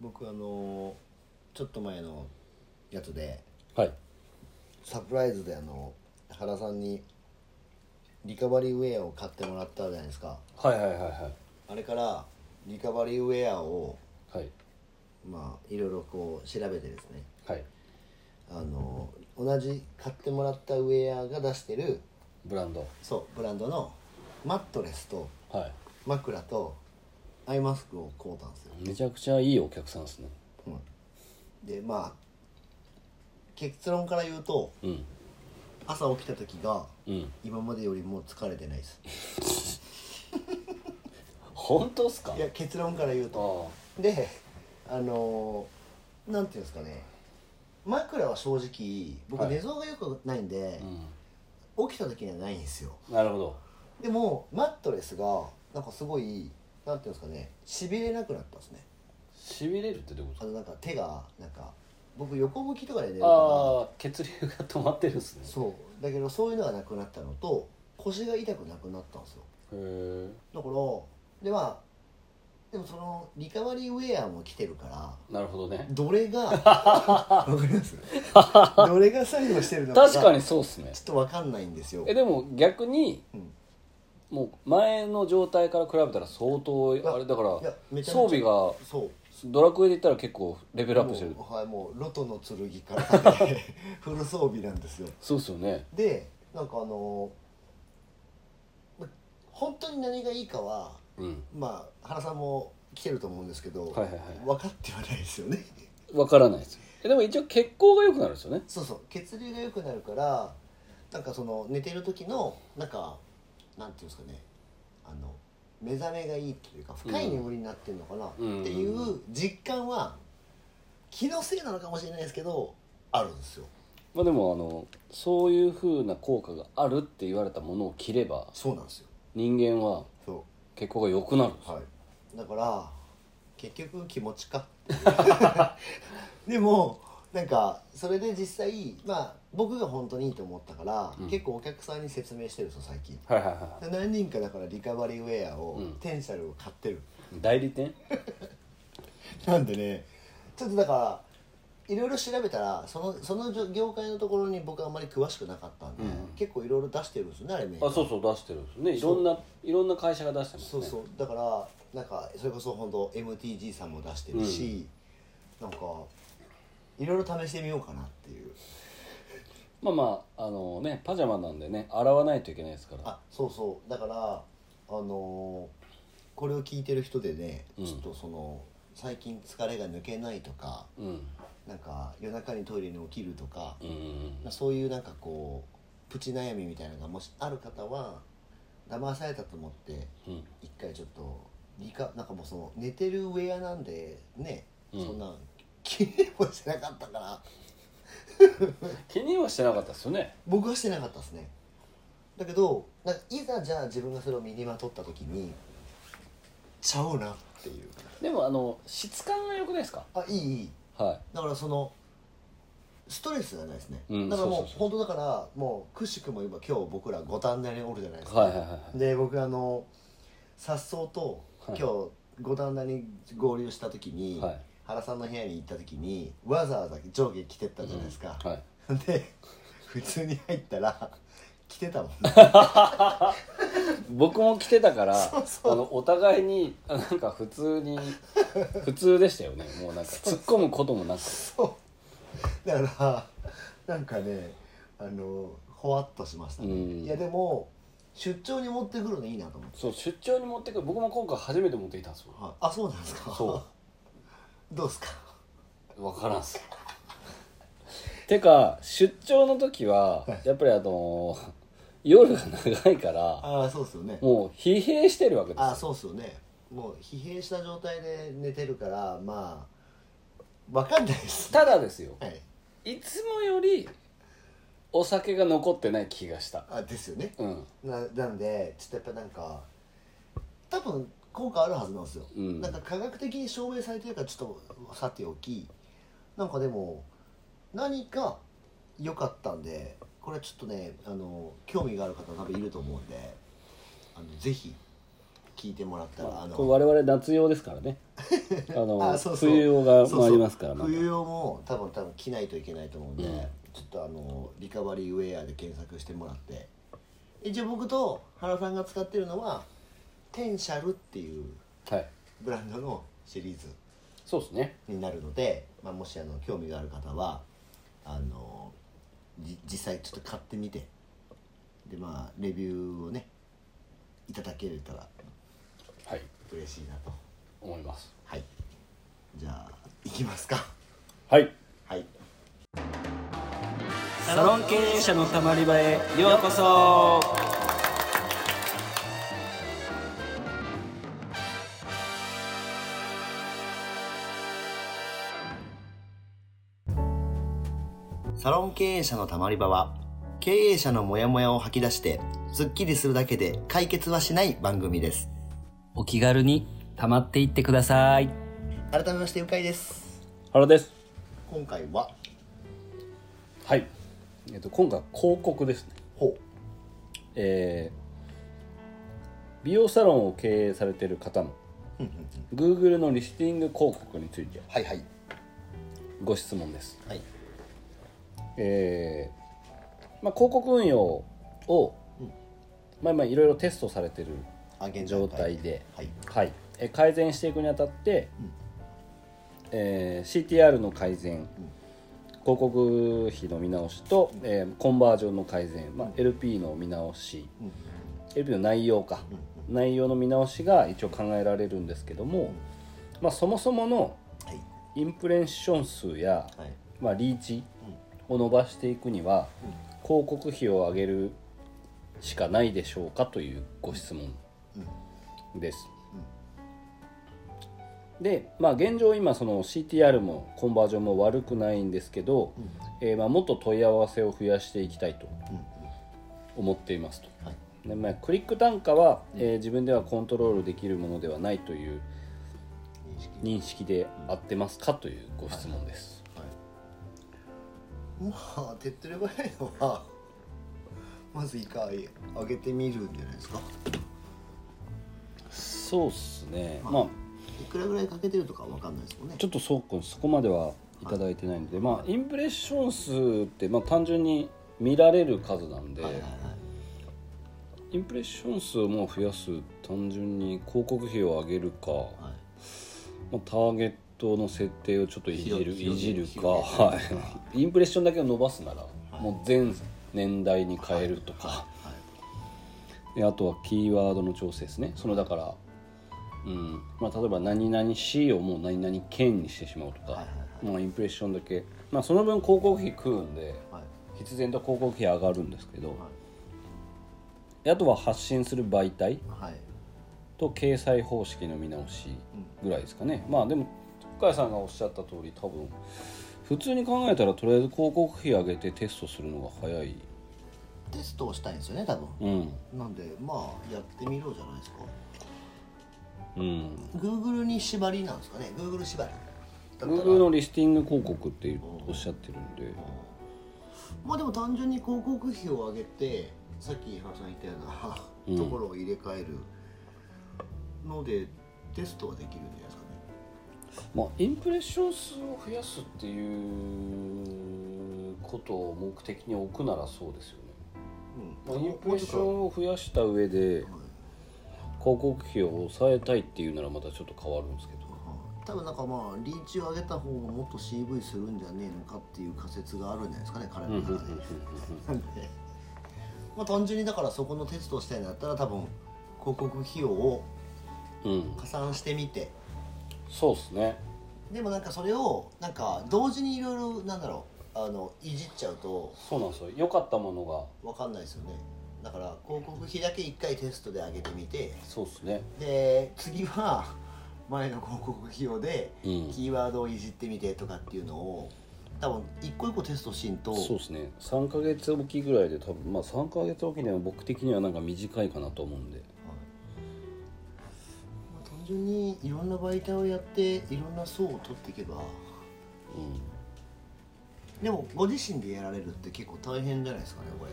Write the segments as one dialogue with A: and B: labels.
A: 僕あのちょっと前のやつで
B: はい
A: サプライズであの原さんにリカバリーウェアを買ってもらったじゃないですか
B: はいはいはいは
A: あれからリカバリーウェアを
B: いはい
A: まあいろいろこう調べてですね
B: はい
A: あの同じ買ってもらったウェアが出してる
B: ブランド
A: そうブランドのマットレスと
B: は
A: 枕とアイマスクを買うたんですよ、
B: いめちゃくちゃいいお客さんですね
A: うん、でまあ結論から言うと
B: うん
A: 朝起きた時が
B: うん
A: 今までよりも疲れてないです
B: 本当っすか
A: いや結論から言う
B: あ
A: と
B: あ
A: であのーなんていうんですかね枕は正直僕
B: はい
A: 寝相が良くないんで、
B: う
A: 起きた時にはないんですよ
B: んなるほど
A: でもマットレスがなんかすごいなんていうんですかねしびれなくなったんですね
B: しびれるってどういうこ
A: あ
B: と
A: のなんか手がなんか僕横向きとかで寝るから
B: ああ血流が止まってるんですね
A: そうだけどそういうのがなくなったのと腰が痛くなくなったんですよ
B: へえ
A: だからでまあでもそのリカバリーウェアも来てるから
B: なるほどね
A: ど れがわかりますどれが作用してるのかが
B: 確かにそうっすね
A: ちょっとわかんないんですよ
B: えでも逆に
A: うん
B: もう前の状態から比べたら相当
A: や
B: あれだか
A: いやめち
B: ら
A: ゃめちゃ
B: 装備が
A: そう
B: ドラクエで言ったら結構レベルアップしてる
A: もうはいもうロトの剣から、 ね、フル装備なんですよ
B: そうっすよね
A: でなんかあのま本当に何がいいかは
B: うん
A: まあ原さんも来てると思うんですけど、
B: はいはいはい
A: 分かってはないですよね
B: わからないですえでも一応血行が良くなるんですよね
A: そうそう血流が良くなるからなんかその寝てる時のなんかなんていうんですかねあの目覚めがいいというか深い眠りになってるのかなって
B: うん
A: いう実感は気のせいなのかもしれないですけどあるんですよ
B: まあでもあのそういうふうな効果があるって言われたものを切れば
A: そうなんですよ
B: 人間は
A: そ
B: 血行が良くなる
A: うはいだから結局気持ち かでもなんかそれで実際まあ僕が本当にいいと思ったから、
B: うん
A: 結構お客さんに説明してるんですよ最近
B: はいはいは
A: 何人かだからリカバリーウェアを、
B: うん
A: テンシャルを買ってる
B: い代理店
A: なんでねちょっとだからいろいろ調べたらそのその業業界のところに僕あんまり詳しくなかったんで、
B: うん
A: 結構いろいろ出してるんですよねあれメーカー
B: あそうそう出してるんですねいろんないろんな会社が出してます
A: そ
B: ね
A: うそうだからなんかそれこそ本当 MTG さんも出してるし、なんかいろいろ試してみようかなっていう
B: まあまああのねパジャマなんでね洗わないといけないですから
A: あそうそうだからあのーこれを聞いてる人でね、
B: うん
A: ちょっとその最近疲れが抜けないとか
B: うんうん
A: なんか夜中にトイレに起きるとか、
B: うんうん
A: まあそういうなんかこうプチ悩みみたいなのがもしある方は騙されたと思って
B: うん
A: 一回ちょっと理科なんかもうその寝てるウェアなんでね、
B: うん
A: そんな気にもしてなかったから
B: 気にはしてなかったですよね
A: 僕はしてなかったですねだけどなんかいざじゃあ自分がそれを身にまとった時にちゃうなっていう
B: でもあの質感が良くないですか
A: あいいいい
B: は
A: だからそのストレスがないですね、
B: うん
A: だからもう
B: そうそう
A: 本当だからもうくしくも今今日僕ら五反田におるじゃないで
B: い
A: すか、
B: はいはいはいはい
A: で僕あの颯爽と
B: は
A: 今
B: い
A: 日五反田に合流した時に、
B: はい
A: 原さんの部屋に行った時にわざわざ上下着てったじゃないですか、
B: はい
A: で普通に入ったら着てたもんね
B: 僕も着てたから
A: そうそう
B: あのお互いにあなんか普 通に普通でしたよねもうなんか突っ込むこともなく
A: そうだからなんかねあのほわっとしましたね、
B: うん
A: いやでも出張に持ってくるのいいなと思って
B: そう出張に持ってくる僕も今回初めて持ってきたんですよ
A: ああそうなんですか
B: そ
A: どうですか
B: 分からん っすてか出張の時はやっぱりあの夜が長いから
A: ああそうですよね
B: もう疲弊してるわけですよ
A: あそうっすよねもう疲弊した状態で寝てるからまあわかんないです
B: ただですよ
A: はい
B: いつもよりお酒が残ってない気がした
A: あですよね
B: うん
A: ななんでちょっとやっぱなんか多分効果あるはずなんですよ、
B: うん
A: なんか科学的に証明されてるからちょっとさておきなんかでも何か良かったんでこれちょっとねあの興味がある方多分いると思うんであのぜひ聞いてもらったらあの
B: これ我々夏用ですから ねあの
A: あそうそう
B: 冬用
A: そ
B: が
A: うそう
B: 回りますからまだ
A: 冬用も多分多分着ないといけないと思うんで、
B: うん
A: ちょっとあのリカバリーウェアで検索してもらって一応僕と原さんが使ってるのはテンシャルっていう
B: はい
A: ブランドのシリーズ
B: そうですね
A: になるので、まあ、もしあの興味がある方はあのじ実際ちょっと買ってみてでまあレビューをねいただけれたら
B: はい
A: 嬉しいなと
B: 思います
A: はいじゃあ行きますか
B: はい
A: はい
B: サロン経営者のたまり場へようこそ
A: サロン経営者のたまり場は経営者のモヤモヤを吐き出してすっきりするだけで解決はしない番組です
B: お気軽にたまっていってください
A: 改めましてうかいです
B: 原です
A: 今回は
B: はい、えっと、今回は広告ですね
A: ほ
B: えー美容サロンを経営されている方の
A: ううんうんうん
B: Google のリスティング広告について
A: はいはい
B: ご質問です
A: はい
B: えーまあ、広告運用を、まあ、今いろいろテストされてる
A: あ現
B: 状態で、
A: はい
B: はいえー改善していくにあたって、えー CTR の改善、広告費の見直しと、えーコンバージョンの改善、まあ、LP の見直し、
A: うん
B: LP の内容か、内容の見直しが一応考えられるんですけども、まあ、そもそもの
A: はい
B: インプレッション数や、
A: はい
B: まあ、リーチを伸ばしていくには、広告費を上げるしかないでしょうかというご質問です。で、まあ、現状今その CTR もコンバージョンも悪くないんですけど、えーまあもっと問い合わせを増やしていきたいと思っていますと。
A: はい
B: でまあ、クリック単価は、えー自分ではコントロールできるものではないという
A: 認識
B: 認識で合ってますかというご質問です。
A: はいまあ手っ取り早いのはまず一回上げてみるんじゃないですか
B: そうっすね、まあ
A: いくらぐらいかけてるとかわかんないですもんね
B: ちょっとそうこそこまではいただいてないので、まあ、インプレッション数って、まあ、単純に見られる数なんで、
A: はいはいはい
B: インプレッション数をもう増やす単純に広告費を上げるか、
A: はい
B: まあ、ターゲットの設定をちょっといじる
A: 広げ
B: いじるか、
A: 広
B: はいインプレッションだけを伸ばすなら、もう全年代に変えるとか、
A: はい
B: であとはキーワードの調整ですねそのだから、うんまあ、例えば「何々 C」をもう「何々県」にしてしまうとか、
A: はいはい
B: まあ、インプレッションだけ、まあ、その分広告費食うんで
A: はい
B: 必然と広告費上がるんですけど、
A: は
B: であとは発信する媒体
A: いはい
B: と掲載方式の見直しぐらいですかね、まあでも深谷さんがおっしゃった通り多分普通に考えたらとりあえず広告費上げてテストするのが早い、
A: テストをしたいんですよね多分
B: うん
A: なんでまあやってみろじゃないですか
B: うん、
A: Google に縛りなんですかね Google 縛りだったら
B: Google のリスティング広告っておっしゃってるんで。
A: まあでも単純に広告費を上げてさっき原さん言ったようなところを入れ替えるのでテストはできるんじゃないですかね
B: まあ、インプレッション数を増やすっていうことを目的に置くならそうですよね、まあ、インプレッションを増やした上で広告費を抑えたいっていうならまたちょっと変わるんですけど
A: 多分なんかまあリーチを上げた方がもっと CV するんじゃねえのかっていう仮説があるんじゃないですかね彼の中でなんでまあ単純にだからそこのテストをしたいんだったら多分広告費用を
B: うん
A: 加算してみて
B: そうですね
A: でもなんかそれをなんか同時にいろいろなんだろうあのいじっちゃうと
B: そうなんですよ良かったものが
A: わかんないですよねだから広告費だけ1回テストで上げてみて
B: そうですね
A: で次は前の広告費用で
B: うん
A: キーワードをいじってみてとかっていうのを多分一個一個テストしんと
B: そうですね3ヶ月おきぐらいで多分まあ3ヶ月おきでは僕的にはなんか短いかなと思うんで
A: まあ単純にいろんな媒体をやっていろんな層を取っていけばでもご自身でやられるって結構大変じゃないですかねこれ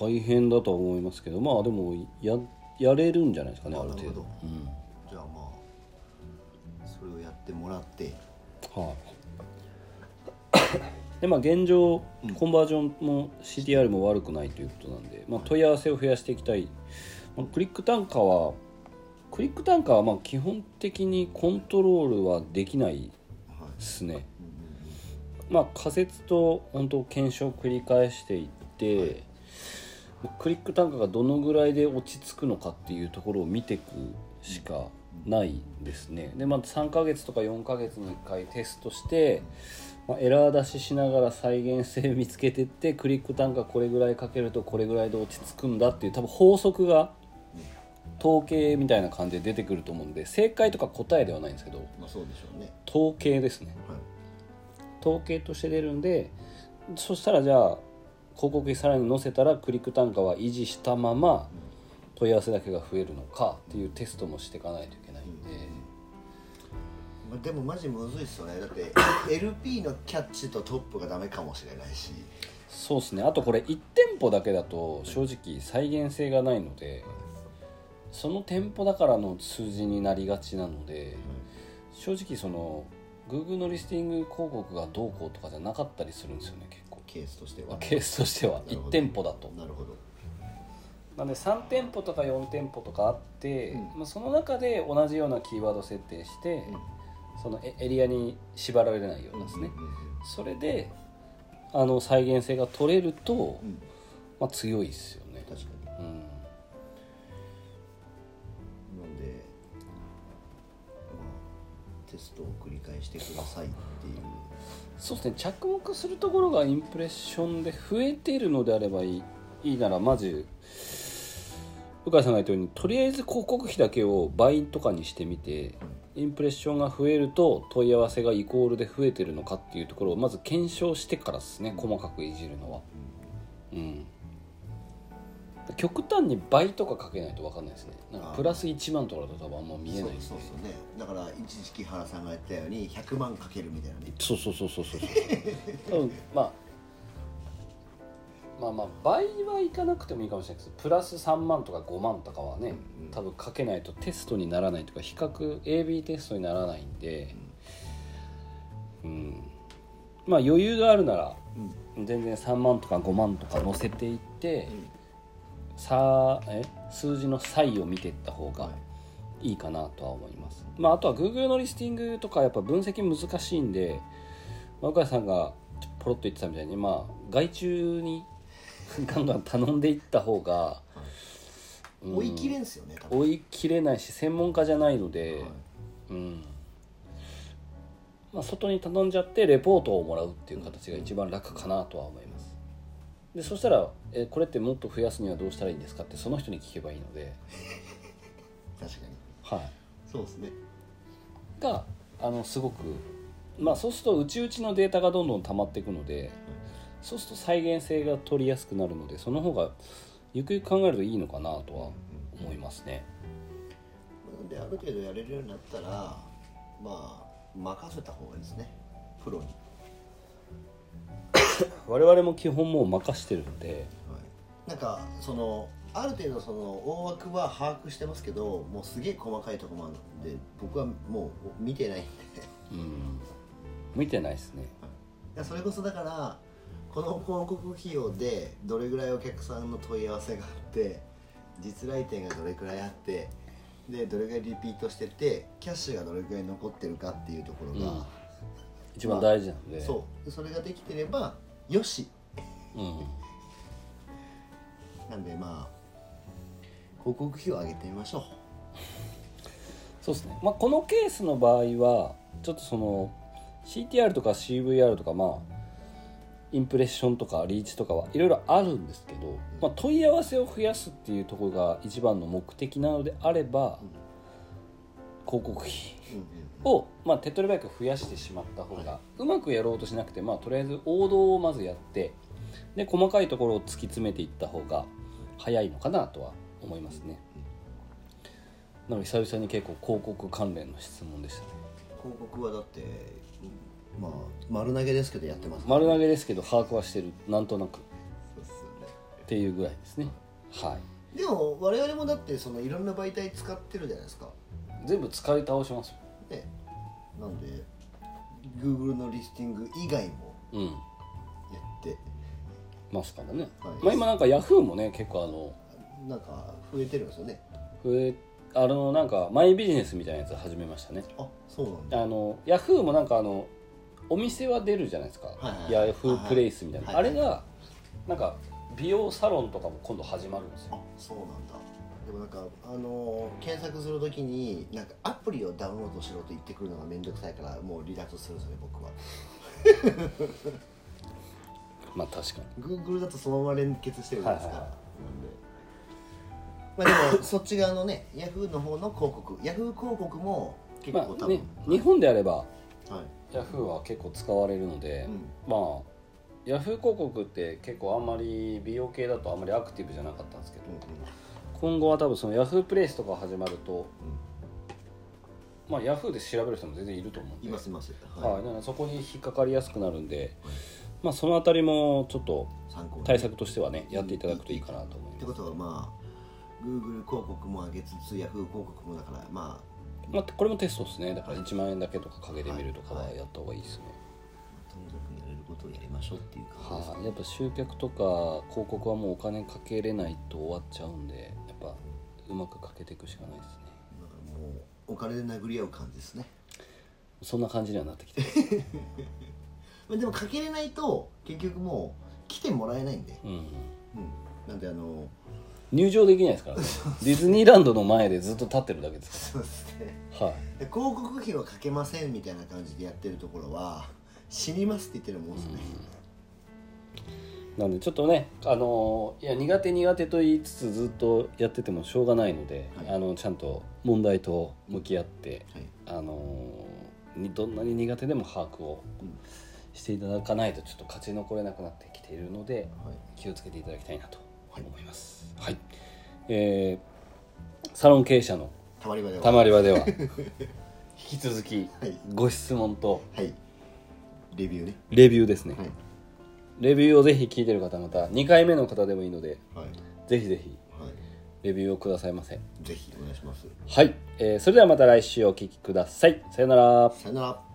B: 大変だとは思いますけどまあでもやっやれるんじゃないですかねあ
A: あ
B: る
A: なる
B: 程
A: ほ
B: 度
A: ど、じゃあまあそれをやってもらって
B: うんはいでまあ現状コンバージョンも CTR も悪くないということなんで、まあ、問い合わせを増やしていきたい、まあ、クリック単価はクリック単価はまあ基本的にコントロールはできない
A: はい
B: ですね、
A: うんうん
B: まあ、仮説と本当検証を繰り返していって、クリック単価がどのぐらいで落ち着くのかっていうところを見ていくしかないですね。でまあ3ヶ月とか4ヶ月に1回テストして、まあ、エラー出ししながら再現性見つけてってクリック単価これぐらいかけるとこれぐらいで落ち着くんだっていう多分法則が統計みたいな感じで出てくると思うんで正解とか答えではないんですけど
A: うんまあそうでしょうね
B: 統計ですね。
A: はい
B: 統計として出るんでそしたらじゃあ広告費さらに載せたらクリック単価は維持したまま問い合わせだけが増えるのかっていうテストもしていかないといけないんで、
A: まあでもマジむずいっすよねだって LP のキャッチとトップがダメかもしれないし
B: そうですねあとこれ1店舗だけだと正直再現性がないのでその店舗だからの数字になりがちなので正直その Google のリスティング広告がどうこうとかじゃなかったりするんですよね結構
A: ケースとしては
B: ケースとしては
A: なるほど
B: 1店舗だと。
A: なるほど
B: なので3店舗とか4店舗とかあって、
A: うん
B: まあ、その中で同じようなキーワード設定して、そのエエリアに縛られないようなんですね、
A: うんうん
B: それであの再現性が取れると、
A: うん
B: まあ、強いですよね、
A: 確かに
B: うん、
A: なんで、まあ、テストを繰り返してくださいっていう
B: そうですね着目するところがインプレッションで増えているのであればいいいいならまず鵜飼さんが言ったようにとりあえず広告費だけを倍とかにしてみてインプレッションが増えると問い合わせがイコールで増えてるのかっていうところをまず検証してからですね細かくいじるのはうん極端に倍とかかけないと分かんないですねなんかプラス1万とかだと多分あんま見えないです
A: そう
B: ね
A: そうそうねだから一時期原さんが言ったように100万かけるみたいなね
B: そうそうそうそうそうそう 多分まあまあまあ倍はいかなくてもいいかもしれないですプラス3万とか5万とかはね、
A: うんうん
B: 多分かけないとテストにならないというか比較 AB テストにならないんで、うんまあ余裕があるなら
A: うん
B: 全然3万とか5万とか載せていって、さあえ数字の差異を見ていった方が、
A: はい
B: いいかなとは思います、まあ、あとは Google のリスティングとかやっぱ分析難しいんで若谷さんがポロッと言ってたみたいにまあ外注に ガンガン頼んでいった方がうん
A: 追い切れんすよね多分
B: 追い切れないし専門家じゃないので、
A: はい
B: うんまあ、外に頼んじゃってレポートをもらうっていう形が一番楽かなとは思いますでそしたらえ「これってもっと増やすにはどうしたらいいんですか?」ってその人に聞けばいいので、
A: 確かに
B: はい、
A: そうですね
B: があのすごくまあそうすると内々のデータがどんどん溜まっていくのでそうすると再現性が取りやすくなるのでその方がゆくゆく考えるといいのかなとは思いますね。
A: なんである程度やれるようになったらまあ任せた方がいいですねプロに、は
B: 我々も基本もう任してるんで、
A: い、なんかそのある程度その大枠は把握してますけどもうすげえ細かいとこもあるんで僕はもう見てないんで
B: うん、見てないですね。
A: いやそれこそだからこの広告費用でどれぐらいお客さんの問い合わせがあって実来店がどれくらいあってでどれぐらいリピートしててキャッシュがどれくらい残ってるかっていうところが、
B: うん一番大事なので、
A: そうそれができてればよし
B: うん、
A: なんでまあ広告費を上げてみましょ
B: そうですね。まあこのケースの場合はちょっとその CTR とか CVR とかまあインプレッションとかリーチとかはいろいろあるんですけど、まあ、問い合わせを増やすっていうところが一番の目的なのであれば、広告費
A: う、うんうん、
B: を、まあ、手っ取り早く増やしてしまった方がうまくやろうとしなくて、まあ、とりあえず王道をまずやってで細かいところを突き詰めていった方が早いのかなとは思いますね。なので久々に結構広告関連の質問でしたね。
A: 広告はだってうんまあ丸投げですけどやってます
B: 丸投げですけど把握はしてるなんとなくっ
A: そうっすよね
B: ていうぐらいですね。はい
A: でも我々もだってそのいろんな媒体使ってるじゃないですか
B: 全部使い倒しますよ
A: ねなんで Google のリスティング以外も
B: うん
A: やって
B: ますからね、
A: はい
B: まあ今なんかヤフーもね結構あの
A: なんか増えてるんですよね
B: 増えあのなんかマイビジネスみたいなやつ始めましたね
A: あそうなん
B: あ
A: だ
B: のヤフーもなんかあのお店は出るじゃないですか、
A: はいはい
B: ヤフープレイスみたいな、
A: はいはい
B: あれがなんか美容サロンとかも今度始まるんですよ
A: あそうなんだでもなんかあのー検索するときになんかアプリをダウンロードしろと言ってくるのがめんどくさいからもう離脱するんですよね僕は
B: まあ確かに
A: Google だとそのまま連結してるじゃないですか、
B: はいは
A: なんでまあでもそっち側のね Yahoo の方の広告 Yahoo 広告も結
B: ま
A: 構多
B: あ
A: 分、
B: ね日本であれば
A: はい、
B: ヤフーは結構使われるので、
A: う
B: まあヤフー広告って結構あんまり美容系だとあんまりアクティブじゃなかったんですけど
A: うんうん
B: 今後は多分そのヤフープレイスとか始まると、まあヤフーで調べる人も全然いると思うんで
A: いますいます
B: はい
A: は
B: なのでそこに引っかかりやすくなるんで、まあ、そのあたりもちょっと
A: い、参考に
B: 対策としてはねやっていただくといいかなと思い
A: って
B: ます、
A: ことはまあ Google 広告も上げつつ Yahoo 広告もだからまあ
B: まあ、これもテストですねだから1万円だけとかかけてみるとかはやった方がいいですね、
A: とにかくやれることをやりましょうっていう感じです
B: はい、やっぱ集客とか広告はもうお金かけれないと終わっちゃうんでやっぱうまくかけていくしかないですね
A: なんかもうお金で殴り合う感じですね
B: そんな感じにはなってき てます
A: まあでもかけれないと結局もう来てもらえないんで、
B: うん
A: うん、なんであの
B: 入場できないですからねディズニーランドの前でずっと立ってるだけです
A: そうですね
B: からはい
A: で広告費はかけませんみたいな感じでやってるところは死にますって言ってるもんですね、
B: なんでちょっとね、あのーいや苦手苦手と言いつつずっとやっててもしょうがないので、
A: はい
B: あのちゃんと問題と向き合って、
A: はい
B: あのーにどんなに苦手でも把握を
A: うん
B: していただかないとちょっと勝ち残れなくなってきているので
A: はい
B: 気をつけていただきたいなと
A: はい
B: 思います。はい、えーサロン経営者の
A: たまり場では
B: たまり場で は引き続き
A: はい
B: ご質問と
A: はいレビューね
B: レビューですね、
A: はい
B: レビューをぜひ聞いてる方また2回目の方でもいいので
A: はい、
B: ぜひぜひ
A: はい、
B: レビューをくださいませ
A: ぜひお願いします
B: はい、えーそれではまた来週お聞きくださいさよなら
A: さよなら